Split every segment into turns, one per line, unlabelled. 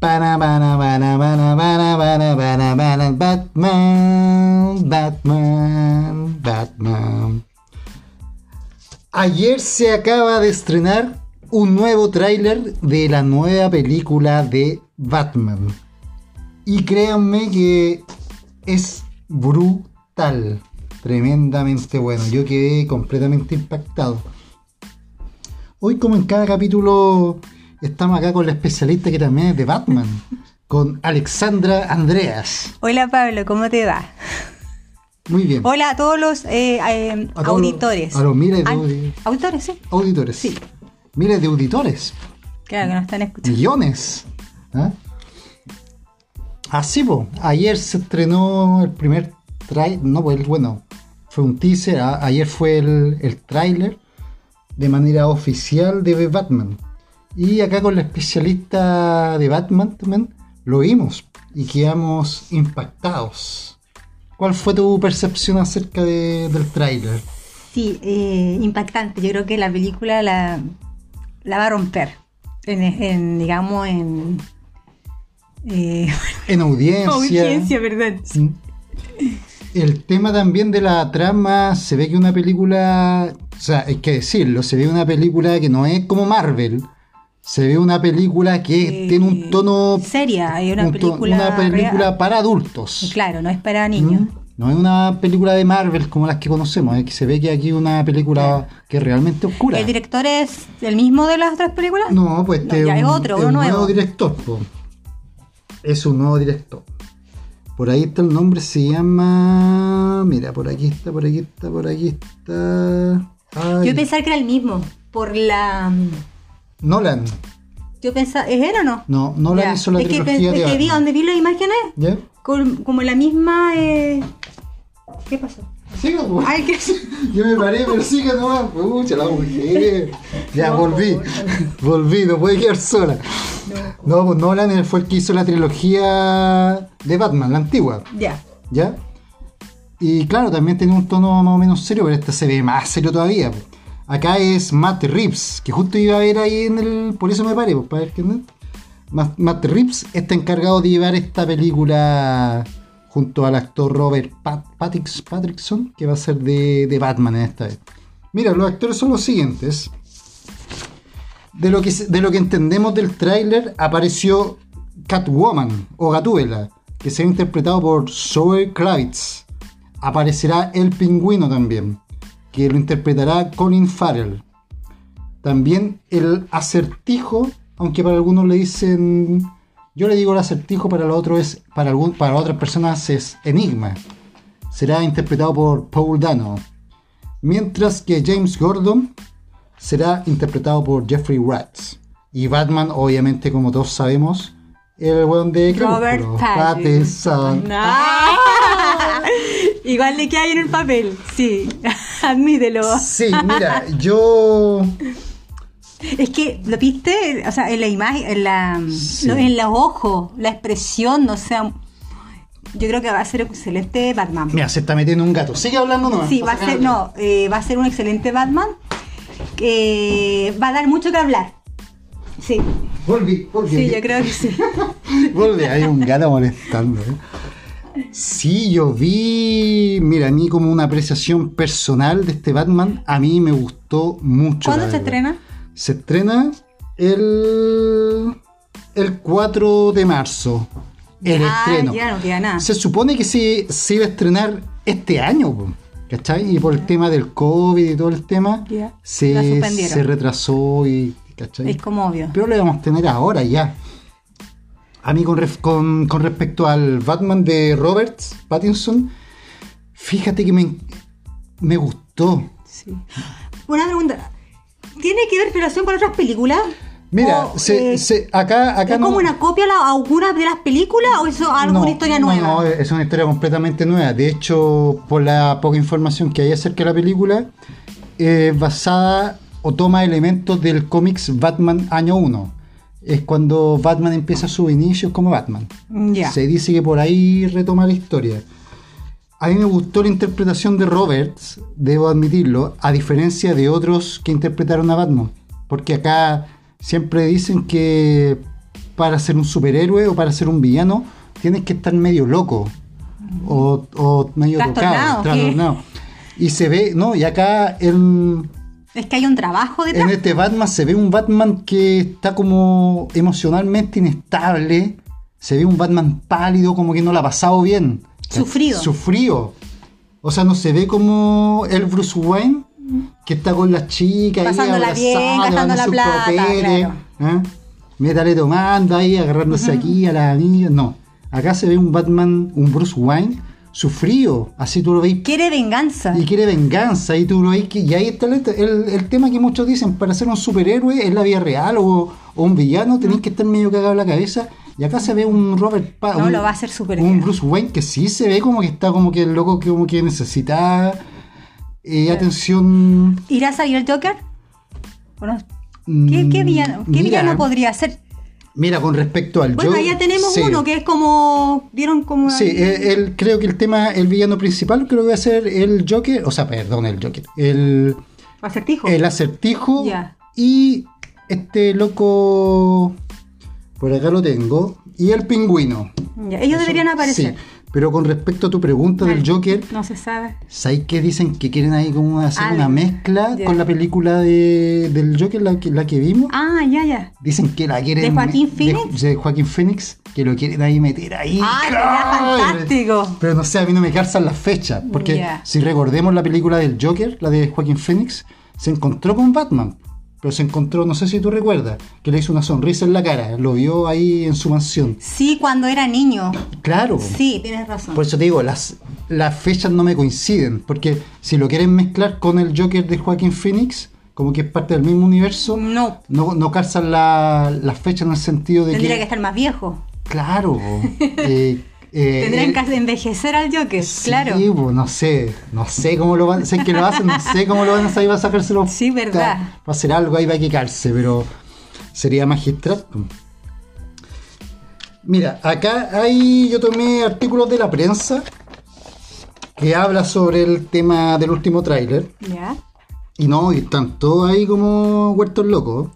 Bana, bana, bana, bana, bana, bana, bana, bana, Batman, Batman, Batman. Ayer se acaba de estrenar un nuevo tráiler de la nueva película de Batman. Y créanme que es brutal, tremendamente bueno. Yo quedé completamente impactado. Hoy como en cada capítulo estamos acá con la especialista que también es de Batman, con Alexandra Andreas.
Hola Pablo, ¿cómo te va?
Muy bien.
Hola a todos los eh, eh,
A todos los-
auditores.
a los miles de
An-
audi-
Auditores, sí.
auditores.
Sí.
Miles de auditores.
Claro, que nos están escuchando.
Millones. ¿ah? Así, pues. Ayer se estrenó el primer trailer. No, pues bueno, fue un teaser. a- ayer fue el, el tráiler de manera oficial de Batman. Y acá con la especialista de Batman también lo vimos y quedamos impactados. ¿Cuál fue tu percepción acerca de- del tráiler?
Sí, eh, impactante. Yo creo que la película la, la va a romper. En, en, digamos, en. eh,
En
audiencia, perdón.
Mm. El tema también de la trama, se ve que una película, o sea, hay que decirlo, se ve una película que no es como Marvel, se ve una película que
Eh,
tiene un tono,
Seria, es una
un to-
película.
una película
real.
para adultos.
Claro, no es para niños.
Mm. No es una película de Marvel como las que conocemos, es que se ve que aquí una película que es realmente oscura.
¿El director es el mismo de las otras películas?
No, pues
No,
este es
ya es
un,
otro,
es
uno
un
nuevo.
director. po. Es un nuevo director. Por ahí está el nombre, se llama. Mira, por aquí está, por aquí está, por aquí está. Ay,
Yo pensaba que era el mismo. Por la.
Nolan.
Yo pensaba. ¿Es él o no?
No, Nolan
Ya.
hizo la
es que,
trilogía
pensé
de
que vi,
Batman.
donde vi las imágenes,
¿Ya?
col- como la misma. eh, ¿Qué pasó?
Siga, po.
Ay, que
pues, Yo me paré, pero siga nomás. Pucha, la mujer. Ya,
No,
volví.
por
Volví, no puede quedar sola. No, pues Nolan él fue el que hizo la trilogía de Batman, la antigua.
Ya.
¿Ya? Y claro, también tiene un tono más o menos serio, pero este se ve más serio todavía. po. Acá es Matt Reeves, que justo iba a ver ahí en el. Por eso me paré, pues, para ver qué onda. Ma- Matt Reeves está encargado de llevar esta película junto al actor Robert Pat- Pattix- Patrickson, que va a ser de, de Batman en esta vez. Mira, los actores son los siguientes. De lo que, se- de lo que entendemos del tráiler, apareció Catwoman o Gatúbela, que será interpretado por Zoe Kravitz. Aparecerá El Pingüino también, que lo interpretará Colin Farrell. También el acertijo, aunque para algunos le dicen. Yo le digo el acertijo, para los otros es. Para, algún, para otras personas es enigma. Será interpretado por Paul Dano. Mientras que James Gordon será interpretado por Jeffrey Wright. Y Batman, obviamente, como todos sabemos, el weón de
Robert
Crepúsculo,
Pattinson.
Pattinson.
No. Ah. Igual le queda bien el papel, sí. Admítelo.
Sí, mira, yo.
Es que, ¿lo viste? O sea, en la imagen, en, la,
Sí.
lo- en los ojos, la expresión, o sea, yo creo que va a ser un excelente Batman.
Mira, se está metiendo un gato. Sigue hablando nomás.
Sí, va a ser, no, eh, va a ser un excelente Batman. que va a dar mucho que hablar. Sí,
Volví, volví.
sí, yo creo que sí.
Volví, hay un gato molestando. ¿eh? Sí, yo vi, mira, a mí como una apreciación personal de este Batman, a mí me gustó mucho.
¿Cuándo
la
se
verdad.
estrena?
Se estrena el, el 4 de marzo. El
Ah,
estreno.
ya no queda nada.
Se supone que se, se iba a estrenar este año, po, ¿cachai? Y por el tema del COVID y todo el tema,
Ya. La
se,
suspendieron.
se retrasó y, ¿cachai?
Es como obvio.
Pero lo vamos a tener ahora ya. A mí con, ref- con- con respecto al Batman de Robert Pattinson, fíjate que me, me gustó.
Sí. Una pregunta. ¿Tiene que ver relación con otras películas?
Mira,
¿O,
se-
eh,
se- acá, acá
¿Es como una copia a la- a alguna de las películas o es alguna
no,
historia
no,
nueva?
No, es una historia completamente nueva. De hecho, por la poca información que hay acerca de la película, es basada o toma elementos del cómics Batman Año 1. Es cuando Batman empieza sus inicios como Batman.
ya.
Se dice que por ahí retoma la historia. A mí me gustó la interpretación de Roberts, debo admitirlo, a diferencia de otros que interpretaron a Batman. Porque acá siempre dicen que para ser un superhéroe o para ser un villano, tienes que estar medio loco o, o medio
Trastornado,
tocado,
¿qué?
trastornado. Y se ve, no, y acá en,
Es que hay un trabajo
en
detrás.
este Batman se ve un Batman que está como emocionalmente inestable, se ve un Batman pálido, como que no la ha pasado bien.
Sufrido.
Sufrido. O sea, no se ve como el Bruce Wayne que está con las chicas ahí
Pasándola bien,
abrazado, llevando
gastando la
sus
plata,
copetes, ¿eh? Métale tomando ahí, agarrándose aquí a las amigas. No. Acá se ve un Batman, un Bruce Wayne, sufrido. Así tú lo veis
Quiere venganza.
y quiere venganza y tú lo ves que- y ahí está el, el- el tema que muchos dicen para ser un superhéroe en la vida real o, o un villano
Mm.
tenés que estar medio cagado en la cabeza y acá se ve un Robert Pa-
No,
un,
lo va a hacer superhéroe.
un Bruce Wayne que sí se ve como que está como que el loco que como que necesita eh, atención
¿Irá a salir el Joker? ¿O no?
Mm,
¿Qué, qué villano, qué
mira.
villano podría ser?
mira con respecto al
Bueno,
Joker,
ya tenemos
sí.
uno que es como. ¿Vieron como.?
Sí, eh, el, creo que el tema, el villano principal creo que va a ser el Joker, o sea, perdón, el Joker, el,
Acertijo.
El acertijo.
Ya.
Y este loco. Por acá lo tengo. Y el pingüino.
Ya, Ellos deberían aparecer. Ah.
Sí. Pero con respecto a tu pregunta del
Vale.
Joker,
No se sabe.
¿sabes qué dicen que quieren ahí como hacer
Algo.
una mezcla
Ya.
con la película de, del Joker, la que, la que vimos?
Ah, ya, ya.
Dicen que la quieren.
¿De Joaquín
de-
Phoenix?
De, Joaquín Phoenix, que lo quieren ahí meter ahí.
Ah,
¡Claro!
sería fantástico.
Pero no sé, a mí no me calzan las fechas. Porque
Ya.
si recordemos la película del Joker, la de Joaquín Phoenix, se encontró con Batman. Pero se encontró, no sé si tú recuerdas, que le hizo una sonrisa en la cara. Lo vio ahí en su mansión.
Sí, cuando era niño.
Claro.
Sí, tienes razón.
Por eso te digo, las, las fechas no me coinciden. Porque si lo quieren mezclar con el Joker de Joaquín Phoenix, como que es parte del mismo universo,
no.
no, no calzan la- las fechas en el sentido de
Tendría que estar más viejo.
Claro. eh, eh,
Tendrían
el-
que envejecer al Joker,
sí,
claro.
bo, no sé, no sé cómo lo van, sé que lo hacen, no sé cómo lo van a salir a sacárselo.
Sí, verdad.
Va a hacer algo ahí va a quecarse, pero sería magistral. Mira, acá hay, yo tomé artículos de la prensa que habla sobre el tema del último tráiler.
Ya.
Y no, y están todos ahí como huertos locos.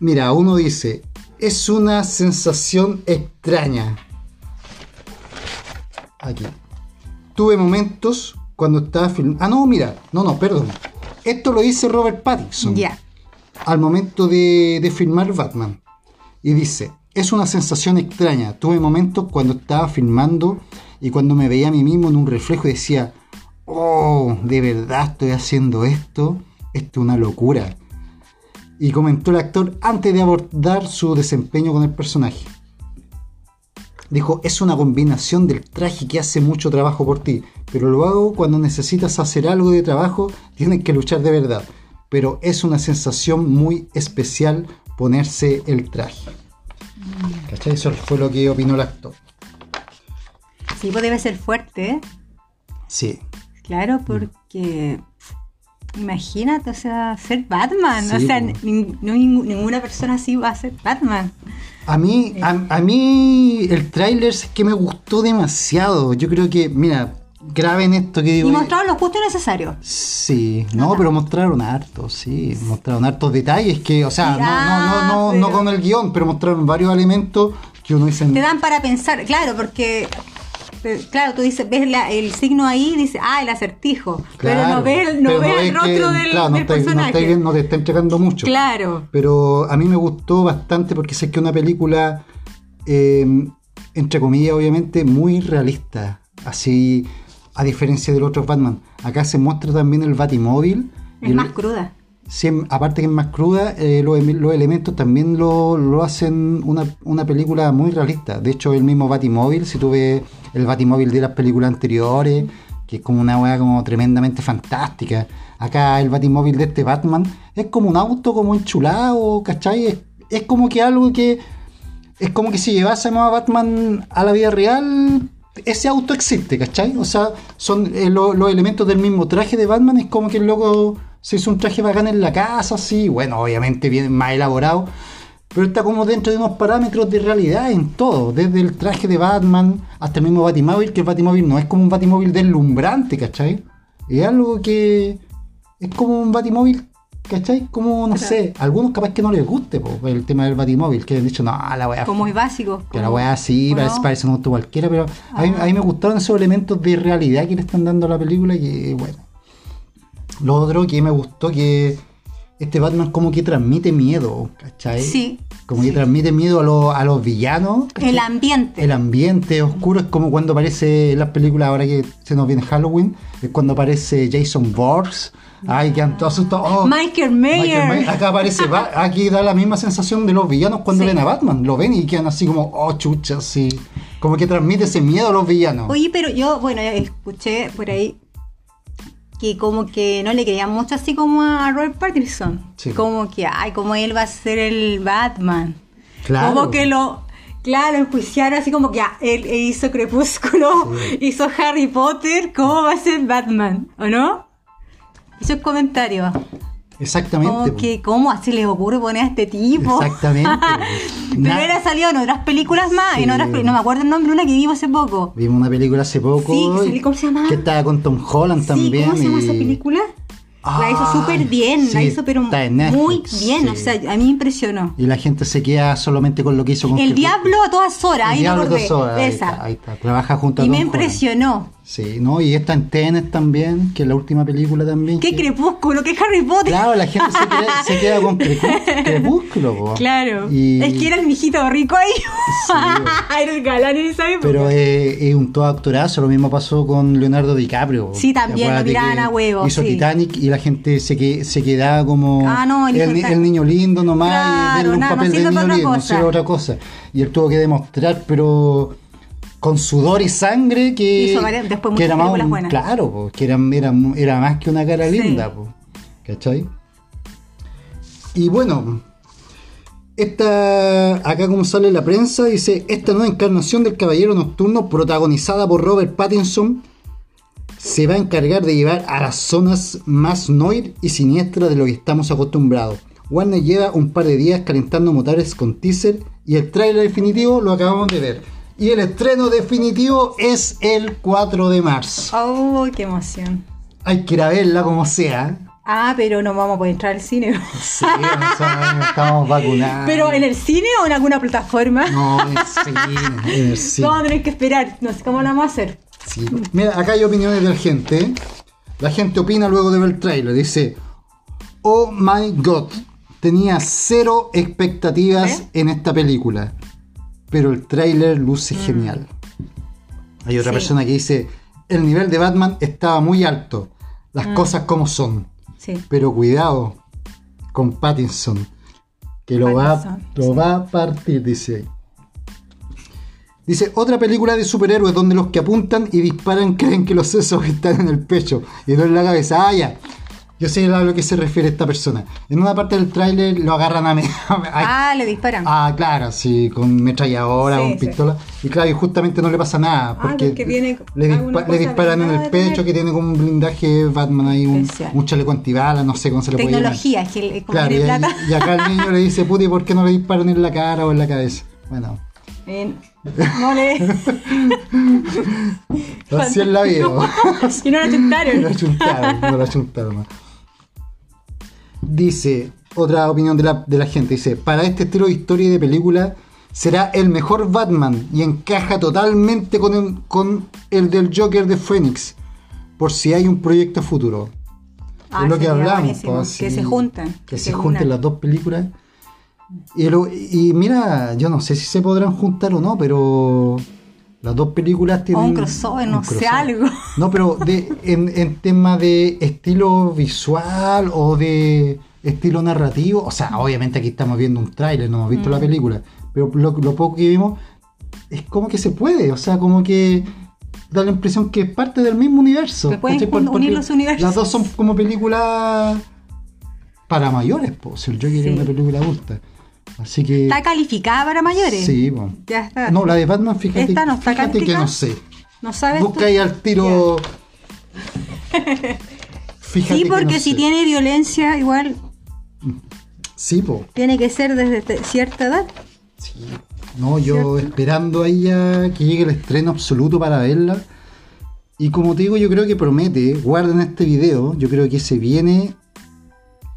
Mira, uno dice, es una sensación extraña. Aquí. Tuve momentos cuando estaba filmando... Ah, no, mira, no, no, perdón. Esto lo dice Robert Pattinson
Ya.
al momento de, de filmar Batman. Y dice, es una sensación extraña. Tuve momentos cuando estaba filmando y cuando me veía a mí mismo en un reflejo y decía, oh, de verdad estoy haciendo esto. Esto es una locura. Y comentó el actor antes de abordar su desempeño con el personaje. Dijo, es una combinación del traje que hace mucho trabajo por ti, pero lo hago cuando necesitas hacer algo de trabajo, tienes que luchar de verdad. Pero es una sensación muy especial ponerse el traje. ¿Cachai? Eso fue lo que opinó el actor.
Sí, pues debe ser fuerte, ¿eh?
Sí.
Claro, porque imagínate, o sea, ser Batman, o
Sí,
sea,
pues.
nin- no ning- ninguna persona así va a ser Batman.
A mí, a, a mí el tráiler es que me gustó demasiado. Yo creo que, mira, graben esto que digo.
Y mostraron lo justo y necesario.
Sí, no, pero mostraron hartos, sí, mostraron hartos detalles que, o sea,
Ya,
no, no, no, no, no
pero-
con el guión, pero mostraron varios elementos que uno dice,
Te dan para pensar, claro, porque eh, claro, tú dices, ves la- el signo ahí, dices, ah, el acertijo, pero no
claro,
ves, el- no
pero
ves
no
el
es que-
rostro del,
claro, no
del
está- no está
personaje.
bien, no te está entregando mucho.
Claro,
Pero a mí me gustó bastante porque sé que es una película, eh, entre comillas, obviamente, muy realista. Así, a diferencia del otro Batman. Acá se muestra también el Batimóvil. y
es
el-
más cruda.
Sí, em- aparte que es más cruda, eh, los, em- los elementos también lo, lo hacen una, una película muy realista. De hecho, el mismo Batimóvil, si tú ves el Batimóvil de las películas anteriores, que es como una weá como tremendamente fantástica. Acá el Batimóvil de este Batman es como un auto como enchulado, ¿cachai? Es, es como que algo que... Es como que si llevásemos a Batman a la vida real, ese auto existe, ¿cachai? O sea, son eh, lo- los elementos del mismo traje de Batman, es como que el loco se hizo un traje bacán en la casa, sí, bueno, obviamente bien más elaborado, pero está como dentro de unos parámetros de realidad en todo, desde el traje de Batman hasta el mismo Batimóvil, que el Batimóvil no es como un Batimóvil deslumbrante, ¿cachai? Es algo que es como un Batimóvil ¿Cachai? Como, no
Pero-
sé, algunos capaz que no les guste po, el tema del batimóvil, que han dicho, no, la weá.
Como muy básico.
Que la
como-
weá sí,
¿o no?
parece, parece un auto cualquiera, pero a, mí, a mí me gustaron esos elementos de realidad que le están dando a la película que, bueno. Lo otro que me gustó que este Batman como que transmite miedo, ¿cachai?
Sí.
Como que
sí.
transmite miedo a, los- a los villanos. ¿cachai?
El ambiente.
El ambiente oscuro es como cuando aparece en las películas ahora que se nos viene Halloween, es cuando aparece Jason Bourne. Ay, que han todos asustados. Oh, Michael
Michael Mayer.
Bay- Acá aparece, Ba- aquí da la misma sensación de los villanos cuando
Sí.
ven a Batman. Lo ven y quedan así como, oh, chucha, así. Como que transmite ese miedo a los villanos.
Oye, pero yo, bueno, escuché por ahí que como que no le creían mucho así como a Robert Pattinson.
Sí.
Como que, ay, como él va a ser el Batman.
Claro.
Como que lo, claro, enjuiciaron así como que, ah, él hizo Crepúsculo,
Sí.
hizo Harry Potter, ¿cómo va a ser Batman? ¿O no? Esos comentarios.
Exactamente.
Como
po.
que, ¿cómo así le ocurre poner a este tipo?
Exactamente. Na-
Pero era salido en otras películas más, en
Sí.
otras, pe- no me acuerdo el nombre, una que vimos hace poco.
Vimos una película hace poco.
Sí, que
y-
salí- ¿cómo se llama?
Que estaba con Tom Holland
Sí,
también.
¿Cómo se llama
y-
esa película? la hizo
Ah,
súper bien, la
sí,
hizo pero
está en
muy
Netflix,
bien, o
sí.
sea, a mí me impresionó.
Y la gente se queda solamente con lo que hizo con
El
Crepúsculo.
diablo a todas horas,
El
ahí me
Diablo
acordé,
dos horas, ahí
esa.
está, ahí está. Trabaja junto a
y me
Tom Holland.
impresionó.
Sí, ¿no? Y esta en Tenet también, que es la última película también.
Qué
que-
crepúsculo, qué Harry Potter.
Claro, la gente se queda, se queda con Crepú- Crepúsculo, po.
Claro.
Y-
Es que era el mijito rico ahí.
Sí,
era el galán en esa época.
Pero es es un todo actorazo, lo mismo pasó con Leonardo DiCaprio. po.
Sí, también,
Acuérdate
lo miraban
que
a huevo,
Hizo
sí.
Titanic y la gente se, que, se quedaba como
Ah, no, el
el,
hijo
ni-
está-
el niño lindo nomás
Claro,
y denle un
nada, no
papel
sirve
de niño
para otra
lindo, no
cosa.
sirve para otra cosa. Y él tuvo que demostrar, pero con sudor y sangre que,
Hizo varias-
que
después muchas
era más
películas
un-
buenas.
claro, po, que era, era, era más que una cara
Sí.
linda, po. ¿cachai? Y bueno, esta, acá como sale la prensa, dice, esta nueva encarnación del Caballero Nocturno, protagonizada por Robert Pattinson, se va a encargar de llevar a las zonas más noir y siniestras de lo que estamos acostumbrados. Warner lleva un par de días calentando motores con teaser y el tráiler definitivo lo acabamos de ver. Y el estreno definitivo es el 4 de marzo.
Oh, qué emoción.
Hay que ir a verla como sea.
Ah, pero no vamos a poder entrar al cine.
Sí, nosotros estamos vacunados.
¿Pero en el cine o en alguna plataforma?
No, en el cine, en el cine.
Vamos a tener que esperar. No sé cómo lo vamos a hacer.
Sí. Mira, acá hay opiniones de la gente. La gente opina luego de ver el trailer. Dice, oh my god, tenía cero expectativas
¿Eh?
en esta película. Pero el trailer luce genial. Hay otra
Mm. Sí.
persona que dice, el nivel de Batman estaba muy alto.
Mm.
Las cosas como son.
Sí.
Pero cuidado con Pattinson. Que lo, va,
Pattinson,
lo va a partir, dice ahí. Dice, otra película de superhéroes donde los que apuntan y disparan creen que los sesos están en el pecho y no en la cabeza. Ah, ya. Yo sé a lo que se refiere esta persona. En una parte del tráiler lo agarran a... me- a-
Ah, le disparan.
ah, claro, sí, con metralladora,
Sí,
con
sí.
pistola. Y claro, y justamente no le pasa nada.
Ah,
Porque
porque viene
le, dispa-
alguna
le
cosa
disparan en el
blindada de
pecho
tener.
que tiene como un blindaje Batman ahí, un,
Especial.
un chaleco antibalas, no sé cómo se le puede llamar.
Tecnología, es que le- como
Claro, y,
tiene plata.
y acá el niño le dice, puti, ¿por qué no le disparan en la cara o en la cabeza? Bueno,
Ven, no le.
así es la vida. po.
y no lo
No la
chuntaron.
chuntaron, no la chuntaron. no. Dice, otra opinión de la, de la gente, dice, para este estilo de historia y de película será el mejor Batman y encaja totalmente con el, con el del Joker de Phoenix, por si hay un proyecto futuro.
Ah,
es lo que
sería
hablamos.
buenísimo,
pues,
que
sí.
se juntan.
Que, se, junten
unan.
las dos películas. Y, lo- y mira, yo no sé si se podrán juntar o no, pero las dos películas tienen.
O Oh, un crossover, no
un
sé, algo.
No, pero de, en, en tema de estilo visual o de estilo narrativo, o sea, obviamente aquí estamos viendo un tráiler, no hemos visto
Mm.
la película, pero lo, lo poco que vimos es como que se puede, o sea, como que da la impresión que es parte del mismo universo.
Se pueden
¿cachai?
jun-
Porque
unir los universos.
Las dos son como películas para mayores, po. si el Joker
Sí.
es una película adulta. Así que...
¿Está calificada para mayores?
Sí, po.
Ya está.
No, la de Batman, fíjate,
Esta no está
fíjate que
calificada.
no sé.
¿No sabes? tú?
Busca ahí al tiro... Fíjate
Sí,
que
porque
no
si
sé.
tiene violencia, igual
Sí, po.
tiene que ser desde te- cierta edad.
Sí. No, yo esperando a ella que llegue el estreno absoluto para verla. Y como te digo, yo creo que promete, guarden este video, yo creo que se viene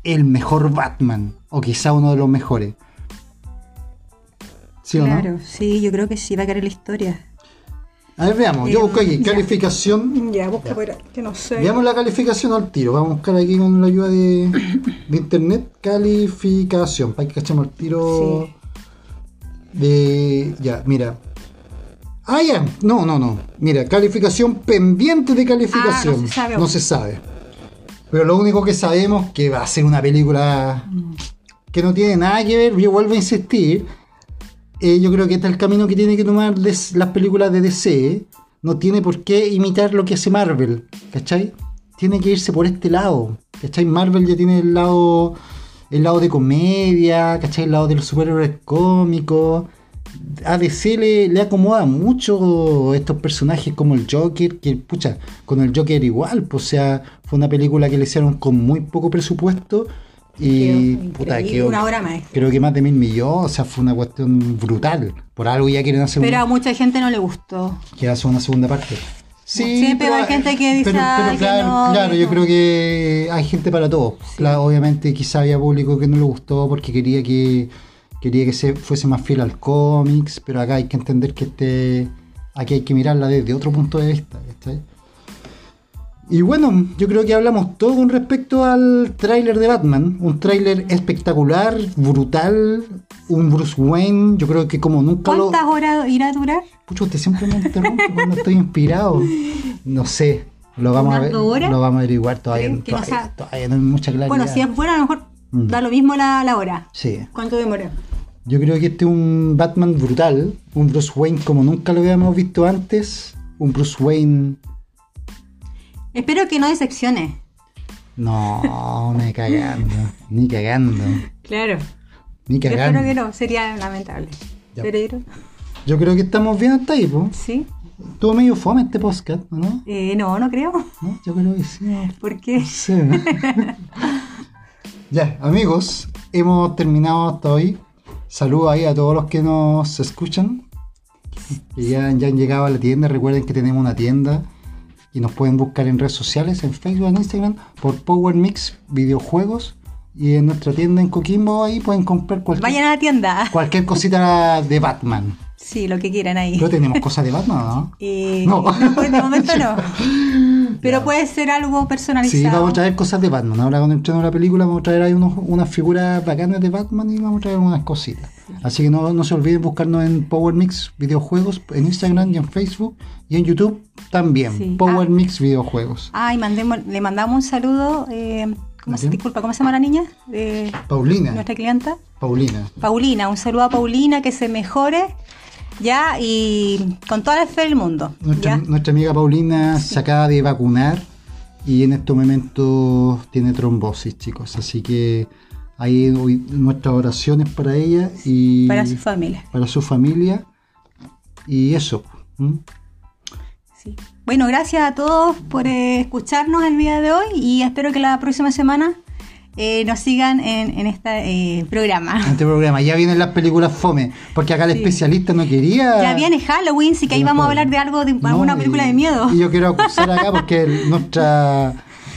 el mejor Batman, o quizá uno de los mejores. ¿Sí o no?
claro, sí, yo creo que sí, va a caer en la historia.
A ver, veamos. Yo
Em,
busco aquí
ya.
calificación.
Ya, busca por que no sé.
Veamos la calificación al tiro. Vamos a buscar aquí con la ayuda de, de internet. Calificación. Para que cachemos el tiro. De. Ya, mira. Ah, ya. No, no, no. Mira, calificación pendiente de calificación.
Ah, no se sabe aún.
No se sabe. Pero lo único que sabemos es que va a ser una película
Mm.
que no tiene nada que ver. Yo vuelvo a insistir. Eh, yo creo que este es el camino que tiene que tomar des- las películas de DC. No tiene por qué imitar lo que hace Marvel, ¿cachai? Tiene que irse por este lado, ¿cachai? Marvel ya tiene el lado, el lado de comedia, ¿cachai? El lado de los superhéroes cómicos. A DC le, le acomoda mucho estos personajes como el Joker, que pucha, con el Joker igual, pues, o sea, fue una película que le hicieron con muy poco presupuesto y
Quedó
puta,
increíble,
quedó-
una obra maestra.
creo que más de mil millones, o sea, fue una cuestión brutal. Por algo ya quieren hacer
Pero
un-
a mucha gente no le gustó.
que hacer una segunda parte.
Siempre hay gente que dice,
pero,
"Ay,
pero
que
claro,
no,
claro,
que
yo
no".
creo que hay gente para todo. Claro, obviamente quizá había público que no le gustó porque quería que quería que se fuese más fiel al cómics, pero acá hay que entender que este aquí hay que mirarla desde otro punto de vista, ¿cachai? Y bueno, yo creo que hablamos todo con respecto al tráiler de Batman. Un tráiler espectacular, brutal, un Bruce Wayne, yo creo que como nunca lo...
¿Cuántas horas irá a durar?
Pucho, usted siempre me interrumpe cuando estoy inspirado. No sé, lo vamos a
¿Unas
ver,
dos horas?
lo vamos a averiguar todavía,
¿Creen que no
todavía,
sabe?
todavía no hay mucha claridad.
Bueno, si es buena, a lo mejor
Mm.
da lo mismo la, la hora.
Sí,
¿Cuánto demora?
yo creo que este es un Batman brutal, un Bruce Wayne como nunca lo habíamos visto antes, un Bruce Wayne
Espero que no decepcione.
no, me cagando, ni cagando,
Claro.
ni
Yo
cagando.
espero que no, sería lamentable.
Ya.
Pero,
Yo creo que estamos bien hasta ahí, po.
¿sí?
Estuvo medio fome este podcast, ¿o ¿no?
Eh, no, no creo.
¿No? Yo creo que sí. ¿no?
Porque
Sí. ya, amigos, hemos terminado hasta hoy. Saludos ahí a todos los que nos escuchan. Que ya, ya han llegado a la tienda. Recuerden que tenemos una tienda. Y nos pueden buscar en redes sociales, en Facebook, en Instagram, por Power Mix Videojuegos. Y en nuestra tienda en Coquimbo ahí pueden comprar cualquier,
vayan a la tienda.
cualquier cosita de Batman.
Sí, lo que quieran ahí.
Pero tenemos cosas de Batman, ¿no?
Eh,
No.
no. por el momento no. Pero puede ser algo
Sí,
personalizado.
vamos a traer cosas de Batman. Ahora cuando entremos a la película vamos a traer ahí unos, unas figuras bacanas de Batman y vamos a traer unas cositas. Así que no, no se olviden buscarnos en Power Mix Videojuegos, en Instagram y en Facebook y en YouTube también.
Sí.
Power
Ah.
Mix Videojuegos.
Ay, mandemos- le mandamos un saludo. eh, ¿cómo se,
¿Quién?
disculpa, ¿cómo se llama la niña? Eh,
Paulina,
nuestra clienta.
Paulina.
Paulina, un saludo a Paulina, que se mejore. Ya, y con toda la fe del mundo.
Nuestra,
¿ya?
nuestra amiga Paulina se acaba de vacunar y en estos momentos tiene trombosis, chicos. Así que ahí hoy nuestras oraciones para ella y
Para su familia.
para su familia. Y eso. ¿m?
Sí. Bueno, gracias a todos por eh, escucharnos el día de hoy y espero que la próxima semana eh, nos sigan en, en este eh, programa.
en este programa. Ya vienen las películas fome, porque acá el especialista no quería.
Ya viene Halloween, sí que ahí
No,
vamos a
joder.
hablar de algo, de
No,
alguna
y-
película de miedo.
Y yo quiero acusar acá porque el- nuestra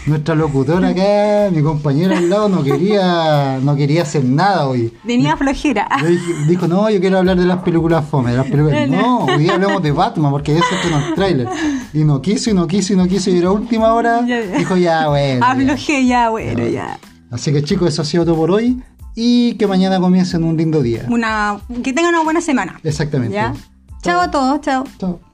nuestra locutora acá, mi compañera al lado, no quería no quería hacer nada hoy.
Venía flojera.
Yo dije- Dijo, no, yo quiero hablar de las películas fome. de las películas- No, hoy día hablamos de Batman, porque eso es con el trailer. Y no quiso, y no quiso, y no quiso. Y a la última hora
Ya, ya.
dijo, ya, bueno. ya".
Aflojé ya, Ah, bueno, ya.
Así que chicos, eso ha sido todo por hoy. Y que mañana comiencen un lindo día.
Una, que tengan una buena semana.
Exactamente.
¿Ya? Chao a todos, chao.
Chao.